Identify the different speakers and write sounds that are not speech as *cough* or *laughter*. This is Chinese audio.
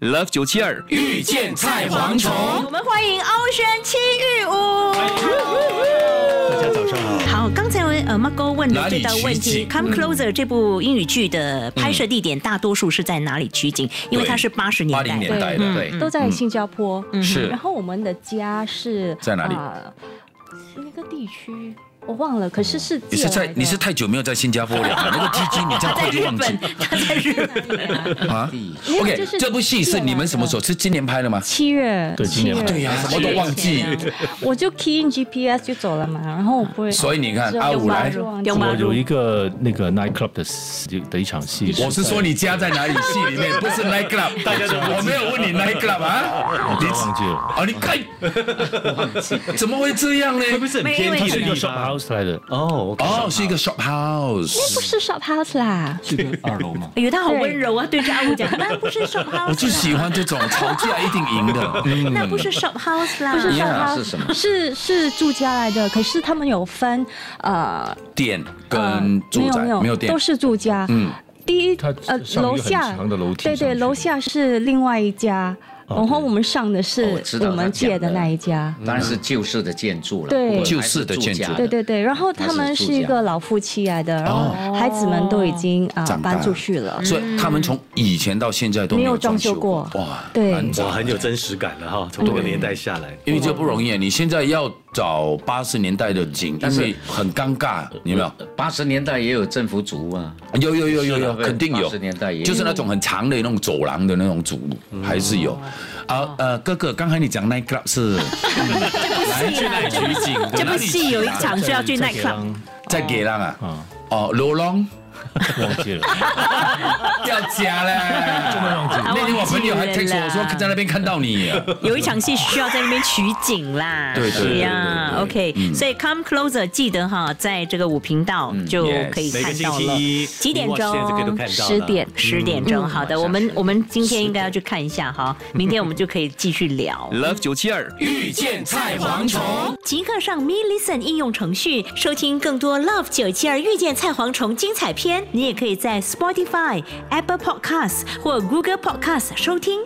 Speaker 1: Love 九七二
Speaker 2: 遇见菜蝗虫。
Speaker 3: 我们欢迎欧轩七玉
Speaker 4: 大
Speaker 3: 屋。
Speaker 4: 家早上好。
Speaker 3: 好，刚才呃 m a g o 问的这道问
Speaker 1: 哪里取
Speaker 3: 题，《
Speaker 1: 景
Speaker 3: Come
Speaker 1: 嗯
Speaker 3: Closer》这部英语剧的拍摄地点大多数是在哪里取景？因为它是八十
Speaker 1: 八
Speaker 3: 年
Speaker 1: 零
Speaker 3: 代。
Speaker 1: 年代的，对，
Speaker 5: 都在新加坡。
Speaker 1: 嗯是
Speaker 5: 然后我们的家是
Speaker 1: 在哪里
Speaker 5: 呃那个地区我忘了，可是是
Speaker 1: 哦
Speaker 5: 啊
Speaker 1: 你是在你是太久没有在新加坡了，那个 T G 你这样
Speaker 3: 他在
Speaker 1: 快就
Speaker 3: 日
Speaker 1: 忘记
Speaker 3: 本，他 *laughs* 在日本。
Speaker 1: 啊
Speaker 5: 没有
Speaker 1: ？OK，
Speaker 5: 就是
Speaker 1: 这部戏是你们什么时候？是今年拍的吗？
Speaker 5: 七月，
Speaker 4: 对今
Speaker 5: 七
Speaker 4: 年
Speaker 5: 月
Speaker 4: 对
Speaker 1: 呀什么都忘记
Speaker 5: 我就 key in GPS 就走了嘛，然后我不会，
Speaker 1: *laughs* 所以你看
Speaker 5: 之后
Speaker 1: 阿五来
Speaker 5: 就忘记
Speaker 3: 彪马
Speaker 4: 我
Speaker 3: 路
Speaker 4: 有一个那个 night club 的戏的一场戏，
Speaker 1: 我是说你家在哪里？戏里面不是 night club，大家我没有问你 night club
Speaker 4: *laughs*
Speaker 1: 啊，
Speaker 4: 我忘
Speaker 1: *laughs*
Speaker 4: 记了，
Speaker 1: 啊，你看，怎么会这样呢？
Speaker 4: 是很
Speaker 3: 没有因为
Speaker 4: 是一
Speaker 3: 这
Speaker 4: 个
Speaker 3: 个
Speaker 4: shop house 来的，
Speaker 6: 哦，
Speaker 1: 哦，是一个 shop
Speaker 5: 不
Speaker 1: house，
Speaker 5: 是 shop house 啦，
Speaker 6: 是个二楼吗？
Speaker 3: 哎呦，他好温柔啊，对着阿五讲，那不是 shop
Speaker 1: 我
Speaker 3: house，
Speaker 1: 就喜欢这种吵架一定赢的，嗯
Speaker 3: 那不是 shop house 啦，
Speaker 5: 不是 shop
Speaker 1: Yeah，
Speaker 5: house
Speaker 1: 啊是什么
Speaker 5: 是是住家来的，可是他们有分呃
Speaker 1: 店
Speaker 5: 呃
Speaker 1: 跟住宅
Speaker 5: 没有
Speaker 1: 没有店
Speaker 5: 都，是住家，
Speaker 1: 嗯，
Speaker 5: 第一
Speaker 4: 它
Speaker 5: 呃
Speaker 4: 上一个
Speaker 5: 楼
Speaker 4: 很
Speaker 5: 下
Speaker 4: 长的楼梯
Speaker 5: 对
Speaker 4: 上
Speaker 5: 对，
Speaker 4: 去
Speaker 5: 楼下是另外一家，然后我们上的
Speaker 7: 哦
Speaker 5: 是
Speaker 7: 我知道
Speaker 5: 我们借的那一家。
Speaker 7: 当然是旧式的建筑了，
Speaker 5: 对
Speaker 7: 不过还
Speaker 1: 嗯
Speaker 7: 是
Speaker 1: 旧式的建筑
Speaker 7: 住家
Speaker 5: 对对对，然后
Speaker 7: 它
Speaker 5: 他们
Speaker 7: 是住
Speaker 5: 是一
Speaker 7: 家
Speaker 5: 个老夫妻来的，然后孩子们都已经啊、
Speaker 1: 长大
Speaker 5: 搬出去了。
Speaker 1: 所以他们从以前到现在都
Speaker 5: 嗯没
Speaker 1: 有
Speaker 5: 有装
Speaker 1: 修
Speaker 5: 修过
Speaker 1: 哇，
Speaker 5: 对
Speaker 1: 蛮
Speaker 6: 我
Speaker 1: 早
Speaker 6: 很有真实感的哈，从那个年代下来，
Speaker 1: 因为这不容易，你现在要找八十年代的景，但是很尴尬，你有没有？
Speaker 7: 八十年代也有政府主屋啊，
Speaker 1: 有有有有有，肯定有
Speaker 7: 八十，年代也有，
Speaker 1: 就是那种很长的那种走廊的那种主路，还是有。啊呃，哥哥，刚才你讲 night club
Speaker 5: *laughs*
Speaker 1: 是
Speaker 3: 啦，这部戏这部戏有一场是要去 night club，
Speaker 1: 在给浪啊？
Speaker 4: 啊，
Speaker 1: 哦，罗龙
Speaker 4: 忘记了，
Speaker 1: 掉家嘞！
Speaker 5: *laughs* 啊
Speaker 1: 那天我朋友还 text 我说在那边看到你，啊
Speaker 3: 有一场戏需要在那边取景啦。
Speaker 1: 对对对
Speaker 3: 是
Speaker 1: 对
Speaker 3: 呀
Speaker 1: 对对
Speaker 3: ，OK，
Speaker 1: 嗯
Speaker 3: 所以 Come Closer 记得哈，在这个五频道就可以
Speaker 6: 每个
Speaker 3: 看
Speaker 6: 星
Speaker 3: 到了。
Speaker 6: 期一
Speaker 3: 几点
Speaker 6: 嗯你 watch
Speaker 3: 钟
Speaker 6: 现在就可以都看到了嗯
Speaker 5: 十点，
Speaker 3: 十点钟，好的，我们我们今天应该要去看一下哈，明天我们就可以继续聊。
Speaker 6: 嗯
Speaker 1: Love 九七二
Speaker 2: 遇见菜蝗虫，
Speaker 3: 即刻上 Me Listen 应用程序收听更多 Love 九七二遇见菜蝗虫精彩片。你也可以在 Spotify、Apple Podcasts 或 Google Podcasts 收听。